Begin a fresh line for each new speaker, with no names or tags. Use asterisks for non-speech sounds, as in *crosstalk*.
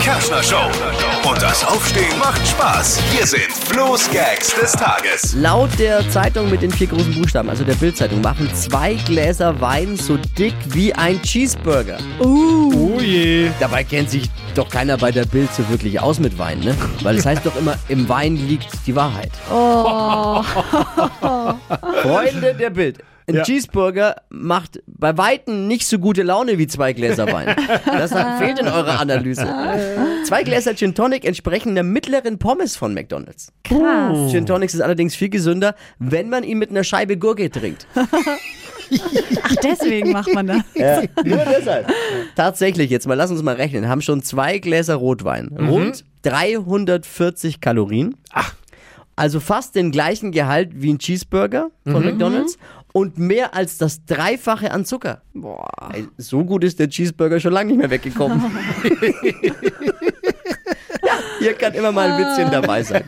Kerschner Show. Und das Aufstehen macht Spaß. Hier sind Flo's Gags des Tages.
Laut der Zeitung mit den vier großen Buchstaben, also der Bildzeitung, machen zwei Gläser Wein so dick wie ein Cheeseburger.
Oh je.
Dabei kennt sich doch keiner bei der Bild so wirklich aus mit Wein, ne? Weil es heißt doch immer, im Wein liegt die Wahrheit. *laughs* Freunde der Bild. Ein
Ja.
Cheeseburger macht bei Weitem nicht so gute Laune wie zwei Gläser Wein. Das fehlt in eurer Analyse. Zwei Gläser Gin Tonic entsprechen der mittleren Pommes von McDonalds.
Krass.
Gin Tonics ist allerdings viel gesünder, wenn man ihn mit einer Scheibe Gurke trinkt.
Ach, deswegen macht man das.
*laughs* Nur deshalb. Tatsächlich, jetzt mal, lass uns mal rechnen. Haben schon zwei Gläser Rotwein. Rund 340 Kalorien. Mhm. Ach. Also fast den gleichen Gehalt wie ein Cheeseburger von McDonalds. Und mehr als das Dreifache an Zucker. Boah. So gut ist der Cheeseburger schon lange nicht mehr *laughs* weggekommen. ja, hier kann immer mal ein Witzchen dabei sein.